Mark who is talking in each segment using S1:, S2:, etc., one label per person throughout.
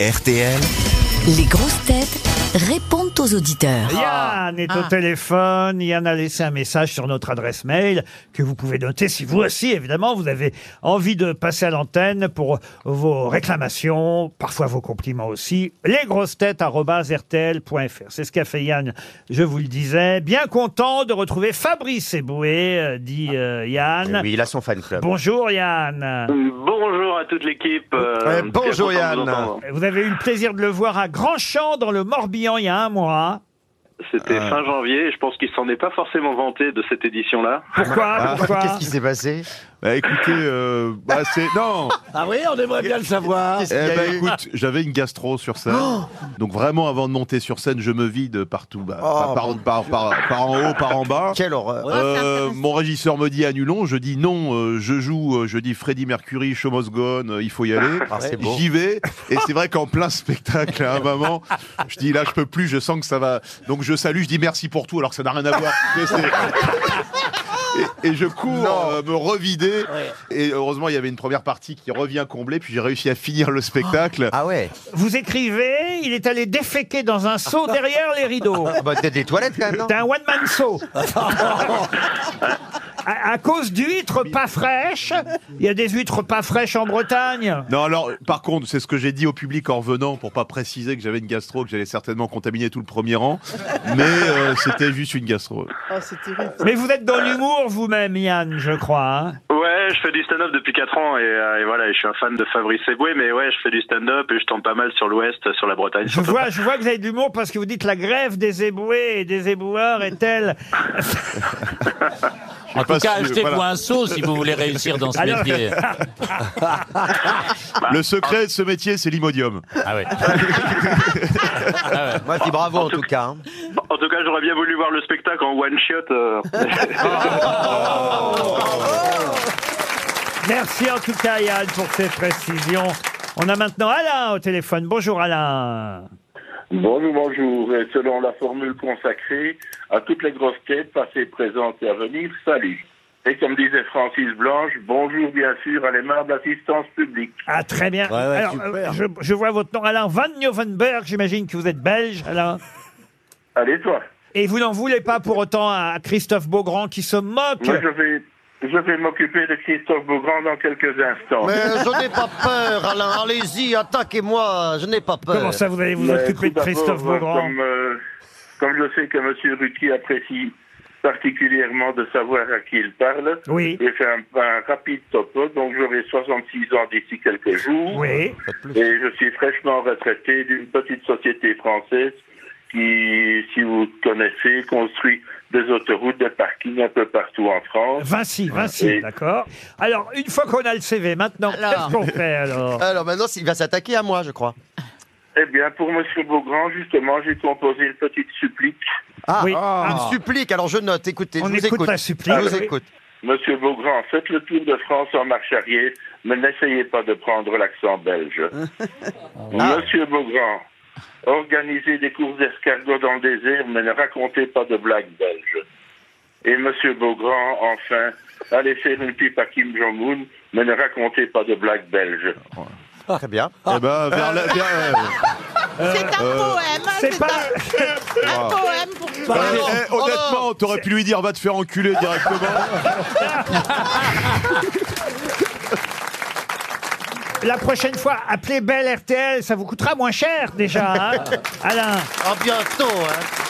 S1: RTL.
S2: Les grosses têtes répondent aux auditeurs.
S3: Yann est au téléphone. Yann a laissé un message sur notre adresse mail que vous pouvez noter si vous aussi, évidemment, vous avez envie de passer à l'antenne pour vos réclamations, parfois vos compliments aussi. Lesgrossetêtes.rtl.fr. C'est ce qu'a fait Yann, je vous le disais. Bien content de retrouver Fabrice Eboué, euh, dit euh, Yann.
S4: Eh Oui, il a son fan club.
S3: Bonjour Yann.
S5: Bonjour à toute l'équipe.
S4: Euh, bonjour,
S5: très content de vous
S4: Yann.
S5: entendre.
S3: Vous avez eu le plaisir de le voir à Grandchamp dans le Morbihan il y a un mois.
S5: C'était
S4: Euh.
S5: fin janvier et je pense qu'il s'en est pas forcément vanté de cette édition-là.
S3: Pourquoi,
S4: Ah,
S3: pourquoi
S4: Qu'est-ce qui s'est passé
S6: Bah écoutez, euh, bah, c'est non.
S7: Ah oui, on aimerait bien le savoir.
S4: Qu'est-ce
S6: Eh
S4: qu'il y a
S6: bah,
S4: eu Oh
S6: écoute, j'avais une gastro sur scène, donc vraiment avant de monter sur scène, je me vide partout, bah,
S4: Oh,
S6: par, par, par- par en haut, par en
S8: Oh.
S6: bas.
S4: Quelle horreur
S6: Euh, mon régisseur me dit annulons, je dis non, euh, je joue, euh, je dis Freddie Mercury, Show Must Go On, euh, il faut y aller.
S4: Ah, c'est beau.
S6: J'y vais, et c'est vrai qu'en plein spectacle, hein, à un moment, je dis là je peux plus, je sens que ça va. Donc je salue, je dis merci pour tout, alors que ça n'a rien à voir. Mais c'est- Et, et je cours euh, me revider. Et heureusement, il y avait une première partie qui revient comblée, puis j'ai réussi à finir le spectacle.
S4: Ah ouais
S3: Vous écrivez, il est allé déféquer dans un seau derrière les rideaux.
S4: Ah bah, T'as des toilettes quand même, non
S3: C'est un one-man seau. à, à cause d'huîtres pas fraîches, il y a des huîtres pas fraîches en Bretagne.
S6: Non, alors, par contre, c'est ce que j'ai dit au public en revenant pour pas préciser que j'avais une gastro, que j'allais certainement contaminer tout le premier rang. Mais euh, c'était juste une gastro.
S3: Mais vous êtes dans l'humour vous-même, Yann, je crois. hein.
S5: Ouais, je fais du stand-up depuis 4 ans et, euh, et voilà, et je suis un fan de Fabrice Eboué, mais ouais, je fais du stand-up et je tombe pas mal sur l'Ouest, sur la Bretagne.
S3: Je
S5: surtout.
S3: vois, je vois que vous avez de l'humour parce que vous dites la grève des éboués et des éboueurs est telle.
S6: En
S7: En tout cas, achetez-vous un seau si vous voulez réussir dans ce
S3: Alors-
S7: métier.
S6: Le secret de ce métier, c'est l'imodium.
S7: Ah oui.
S4: Moi, je dis bravo en tout cas. hein.
S5: En tout cas, j'aurais bien voulu voir le spectacle en one-shot. euh.
S3: Merci en tout cas, Yann, pour ces précisions. On a maintenant Alain au téléphone. Bonjour Alain.
S9: Bonjour, bonjour. Et selon la formule consacrée à toutes les grosses têtes passées, présentes et à venir, salut. Et comme disait Francis Blanche, bonjour bien sûr à l'aimable assistance publique.
S3: Ah, très bien.
S7: ouais,
S3: Alors, euh, je, je vois votre nom, Alain Van Nieuwenberg. J'imagine que vous êtes belge, Alain.
S9: Allez toi.
S3: Et vous n'en voulez pas pour autant à Christophe Beaugrand qui se moque.
S9: Moi je vais je vais m'occuper de Christophe Beaugrand dans quelques instants.
S8: Mais Euh, je n'ai pas peur, Alain. Allez-y, attaquez-moi. Je n'ai pas peur.
S3: Comment ça, vous allez vous
S9: Mais
S3: occuper
S9: tout
S3: de
S9: d'abord,
S3: Christophe
S9: euh,
S3: Beaugrand
S9: Comme, euh, comme je sais que M. Ruki apprécie particulièrement de savoir à qui il parle,
S3: Oui.
S9: j'ai fait un, un rapide topo, donc j'aurai 66 ans d'ici quelques jours.
S3: Oui.
S9: Et je suis fraîchement retraité d'une petite société française qui, si vous connaissez, construit des autoroutes, des parkings un peu partout en France.
S3: Vinci, Vinci,
S9: Et-
S3: d'accord. Alors, une fois qu'on a le CV, maintenant, qu'est-ce qu'on fait alors
S8: Alors maintenant, il va s'attaquer à moi, je crois.
S9: Eh bien, pour M. Beaugrand, justement, j'ai composé une petite supplique.
S8: Ah,
S3: Oui.
S8: il
S3: Ah.
S8: me supplique. Alors je note. Écoutez,
S3: On
S8: je vous
S3: écoute
S8: écoute.
S3: la supplique.
S8: Je vous
S3: Ah, oui.
S8: écoute.
S9: Monsieur Beaugrand, faites le tour de France en marche arrière, mais n'essayez pas de prendre l'accent belge. Monsieur Beaugrand, organisez des courses d'escargot dans le désert, mais ne racontez pas de blagues belges. Et Monsieur Beaugrand, enfin, allez faire une pipe à Kim Jong-un, mais ne racontez pas de blagues belges.
S4: Ah.
S8: Très bien.
S7: Ah.
S6: Eh ben, vers la- vers- euh,
S10: C'est un poème, hein,
S3: C'est
S10: c'est
S3: pas.
S10: un poème pour toi.
S6: eh, eh, honnêtement, t'aurais pu lui dire va te faire enculer directement.
S3: La prochaine fois, appelez Belle RTL, ça vous coûtera moins cher déjà, hein Alain.
S8: À Oh, bientôt. hein.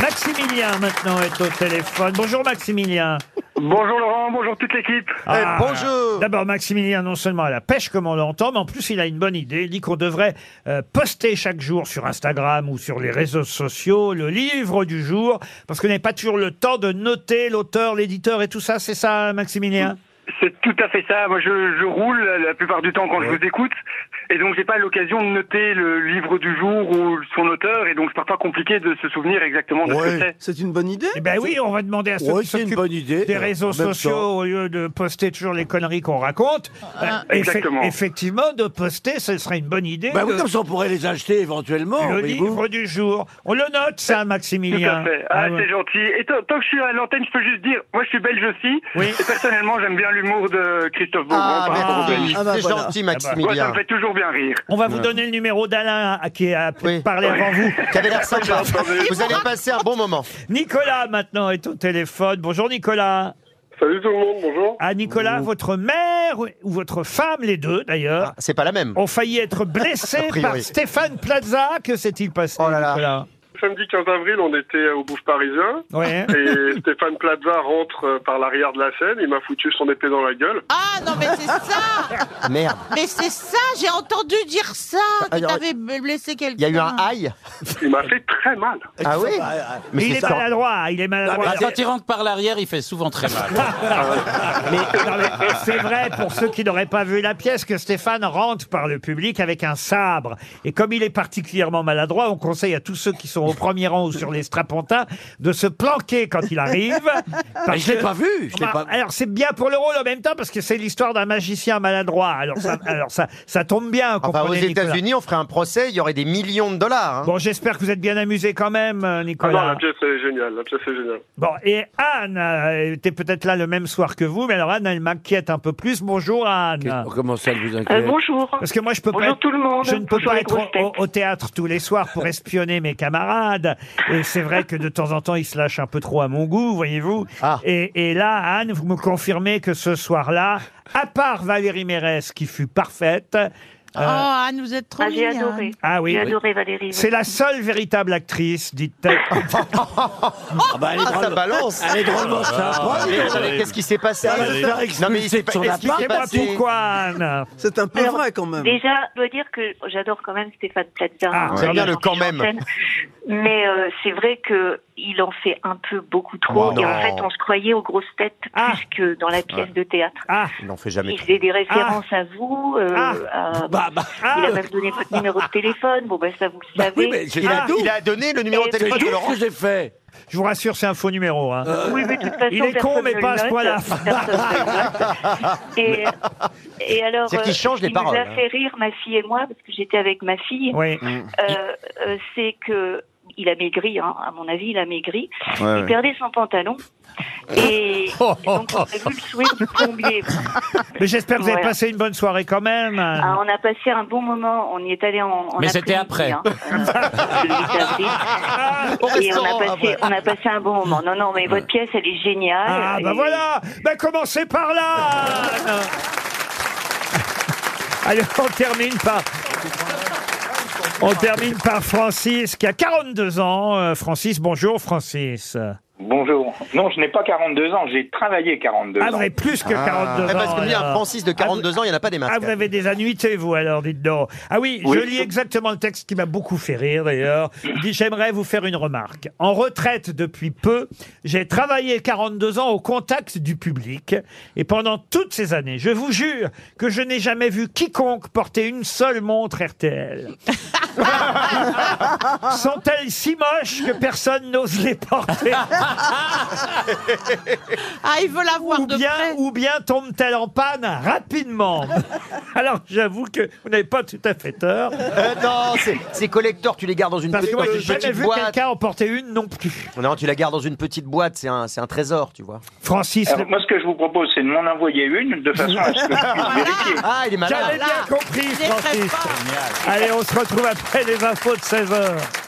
S3: Maximilien maintenant est au téléphone. Bonjour Maximilien.
S5: bonjour Laurent, bonjour toute l'équipe.
S8: Eh,
S3: Ah.
S4: Oh.
S8: bonjour.
S3: D'abord, Maximilien, non seulement à la pêche, comme on l'entend, mais en plus, il a une bonne idée. Il dit qu'on devrait euh, poster chaque jour sur Instagram ou sur les réseaux sociaux le livre du jour, parce qu'on n'a pas toujours le temps de noter l'auteur, l'éditeur et tout ça. C'est ça, Maximilien
S5: C'est tout à fait ça. Moi, je, je roule la plupart du temps quand je vous écoute, et donc j'ai pas l'occasion de noter le livre du jour ou son auteur, et donc c'est parfois compliqué de se souvenir exactement de ce que c'est.
S7: C'est une bonne idée.
S3: Eh ben oui, on va demander à ceux
S7: Ouais,
S3: qui
S7: c'est une
S3: s'occupent
S7: bonne idée.
S3: des réseaux
S7: En même
S3: sociaux,
S7: temps.
S3: au lieu de poster toujours les conneries qu'on raconte, euh, effe-
S5: Exactement.
S3: effectivement, de poster, ce serait une bonne idée.
S7: Bah oui, Oh,
S3: de-
S7: comme ça, on pourrait les acheter éventuellement.
S3: le
S7: voyez-vous.
S3: livre du jour. On le note, ça,
S5: Tout à
S3: Maximilien.
S5: fait. Ah,
S3: Ah ouais.
S5: c'est gentil. Et tant tant que je suis à l'antenne, je peux juste dire, moi je suis belge aussi.
S3: Oui.
S5: Et personnellement, j'aime bien l'humour de Christophe Beaugrand
S4: Ah,
S5: par rapport au
S4: merci.
S5: Belge.
S8: Ah bah
S4: C'est
S8: voilà.
S4: gentil,
S5: Moi, ça
S4: Maximilien.
S5: me fait toujours bien rire.
S3: On va vous donner le numéro d'Alain à- qui a
S4: Oui.
S3: parlé avant vous.
S4: Qui avait l'air sympa.
S5: entendu.
S4: Vous allez passer un bon moment.
S3: Nicolas maintenant est au téléphone. Bonjour Nicolas.
S9: Salut tout le monde, bonjour.
S3: Ah Nicolas, votre mère ou votre femme, les deux
S8: Ah,
S3: d'ailleurs,
S4: C'est pas la
S7: Ah.
S4: même.
S3: ont failli être blessés
S4: A priori.
S3: par Stéphane Plaza. Que s'est-il passé
S4: Oh là là.
S3: Nicolas
S9: Samedi 15 avril, on était au Bouffe Parisien.
S3: Ouais.
S9: Et Stéphane Plaza rentre euh, par l'arrière de la scène, il m'a foutu son épée dans la gueule.
S10: Ah non, mais c'est ça
S8: Ah,
S4: Merde.
S10: Mais c'est ça, j'ai entendu dire ça, que
S4: Alors,
S10: t'avais blessé quelqu'un.
S4: Il y a eu un aïe.
S9: Il m'a fait très mal.
S4: Ah oui Mais
S3: il
S4: c'est
S3: est
S4: ça.
S3: maladroit, il est maladroit.
S7: Ah, Quand il rentre par l'arrière, il fait souvent très mal.
S3: Mais, non, mais c'est vrai pour ceux qui n'auraient pas vu la pièce que Stéphane rentre par le public avec un sabre. Et comme il est particulièrement maladroit, on conseille à tous ceux qui sont au premier rang ou sur les strapontins de se planquer quand il arrive.
S7: Mais
S3: Parce
S7: je l'ai
S3: que-
S7: pas vu. Je l'ai
S3: Bah,
S7: pas...
S3: Alors c'est bien pour le rôle en même temps parce que c'est l'histoire d'un magicien maladroit. Alors ça, alors ça, ça tombe bien.
S4: Enfin, aux
S3: comprenez, Nicolas.
S7: hein.
S4: États-Unis, on ferait un procès, il y aurait des millions de dollars. hein.
S3: Bon, j'espère que vous êtes bien amusés quand même, euh,
S9: Ah non, la
S3: Nicolas.
S9: pièce est géniale, la pièce est géniale.
S3: bon, et Anne euh, était peut-être là le même soir que vous, mais alors Anne, elle m'inquiète un peu plus. Bonjour Anne.
S7: Comment ça, vous
S1: Euh,
S7: inquiétez
S1: bonjour.
S3: Parce que moi, je peux
S1: Bonjour
S3: pas.
S1: tout le monde.
S3: Je ne peux
S1: Bonjour
S3: pas
S1: les
S3: être
S1: grosses
S3: au- au,
S1: têtes.
S3: au théâtre tous les soirs pour espionner mes camarades. Et c'est vrai que de temps en temps, ils se lâchent un peu trop à mon goût, voyez-vous.
S4: Ah.
S3: Et, et là, Anne, vous me confirmez que ce soir-là, à part Valérie Mérès, qui fut parfaite, euh,
S10: Oh, Anne, vous êtes trop
S1: Ah, j'ai
S10: mignonne.
S1: adoré.
S3: Ah oui.
S1: J'ai
S3: Oui.
S1: adoré Valérie.
S3: c'est la seule véritable actrice, dites-elle.
S7: Ah bah, elle est
S4: Ah, ça
S7: drôlement-
S4: balance
S7: Elle est drôlement
S3: Ah,
S7: sympa.
S4: Mais
S7: dis donc.
S4: attendez, Qu'est-ce qui s'est passé
S7: Elle va se faire
S4: Non mais
S7: expulser
S4: il s'est
S7: de
S4: pas-
S7: son
S4: expliquez-moi
S3: Expliquez-moi
S4: c'est-
S3: pourquoi, Anne.
S8: C'est un peu
S1: Alors,
S8: vrai quand même.
S1: Déjà, je dois dire que j'adore quand même Stéphane Plaza.
S3: Ah,
S1: hein,
S4: j'aime
S1: euh,
S4: bien le
S1: en
S4: quand même.
S1: scène. Mais euh, c'est vrai que il en fait un peu beaucoup trop.
S4: Oh,
S1: et
S4: non.
S1: en fait, on se croyait aux grosses têtes
S3: Ah.
S1: plus que dans la pièce de théâtre.
S3: Ah,
S4: Il n'en fait jamais
S1: Il
S4: trop.
S1: faisait des références à vous. euh,
S3: Ah.
S1: à-
S7: Bah, bah,
S1: Il
S3: ah,
S1: a même donné votre numéro de téléphone. Bon, ben ça, vous le
S7: bah
S1: savez.
S7: oui, mais c'est
S4: Il a,
S7: ah, tout.
S4: il a donné le numéro de
S1: C'est
S7: C'est
S4: téléphone
S7: tout
S4: de Laurent.
S7: ce que j'ai fait.
S3: je vous rassure, c'est un faux numéro. hein.
S1: Oui, mais de toute façon,
S3: Il est con,
S1: personne
S3: mais
S1: ne
S3: pas à ce
S1: le
S3: point-là.
S1: note. Personne ne le note. et, et alors,
S4: C'est-à-dire qu'il
S1: euh,
S4: change
S1: ce
S4: les
S1: qui nous
S4: paroles,
S1: a
S4: hein.
S1: fait rire ma fille et moi, parce que j'étais avec ma fille,
S3: Oui.
S1: euh, euh, c'est que il a maigri, hein, à mon avis, il a maigri.
S6: Ouais,
S1: Il
S6: ouais.
S1: perdait son pantalon. Et, et donc, on a vu le sourire du plombier.
S3: Mais j'espère que vous avez
S1: Voilà.
S3: passé une bonne soirée quand même.
S1: Ah, on a passé un bon moment. On y est allé en. en
S7: Mais c'était
S1: après-midi,
S7: après.
S1: hein, euh, le 8 avril.
S4: Au
S1: Et on
S4: restaurant,
S1: a, passé,
S4: après.
S1: on a passé un bon moment. Non, non, mais votre pièce, elle est géniale.
S3: Ah, bah
S1: Et-
S3: voilà Bah commencez par là Anne. Allez, on termine par... On termine par Francis, qui a 42 ans. Euh, Francis, bonjour Francis. Ah,
S5: Bonjour. Non, je n'ai pas 42 ans, j'ai travaillé 42
S3: Ah, vous avez plus que 42
S4: Eh,
S3: ans.
S4: parce que bien, un
S3: alors.
S4: Francis de 42 ans, il n'y en a pas des
S3: Ah,
S4: masques.
S3: vous avez des annuités, vous, alors, dites donc. Ah oui,
S5: Oui.
S3: je lis exactement le texte qui m'a beaucoup fait rire, d'ailleurs. Il dit, j'aimerais vous faire une remarque. En retraite depuis peu, j'ai travaillé 42 ans au contact du public. Et pendant toutes ces années, je vous jure que je n'ai jamais vu quiconque porter une seule montre RTL. Sont-elles si moches que personne n'ose les porter
S10: Ah, il veut la voir
S3: ou
S10: de
S3: bien,
S10: près.
S3: ou bien tombe-t-elle en panne rapidement Alors j'avoue que vous n'avez pas tout à fait tort.
S4: Euh, non, c'est- ces collecteurs, tu les gardes dans une,
S3: Parce
S4: pe-
S3: que moi,
S4: dans
S3: j'ai
S4: une
S3: jamais
S4: petite
S3: vu
S4: boîte.
S3: quelqu'un en porter une non plus.
S4: Non, tu la gardes dans une petite boîte, c'est un, c'est un trésor, tu vois.
S3: Francis,
S5: Alors, moi, ce que je vous propose, c'est de m'en envoyer une, de façon à ce que je puisse vérifier.
S4: Ah, il est malade.
S3: j'avais bien compris,
S10: Il est très
S3: Francis.
S10: fort.
S3: Allez, on se retrouve après les infos de 16h.